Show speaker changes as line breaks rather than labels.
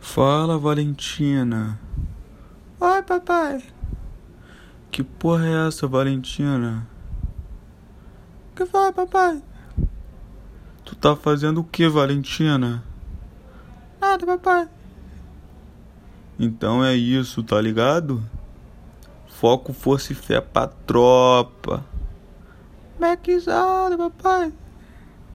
Fala, Valentina.
Oi, papai.
Que porra é essa, Valentina?
O que foi, papai?
Tu tá fazendo o que, Valentina?
Nada, papai.
Então é isso, tá ligado? Foco, força e fé pra tropa.
Maquizado, papai.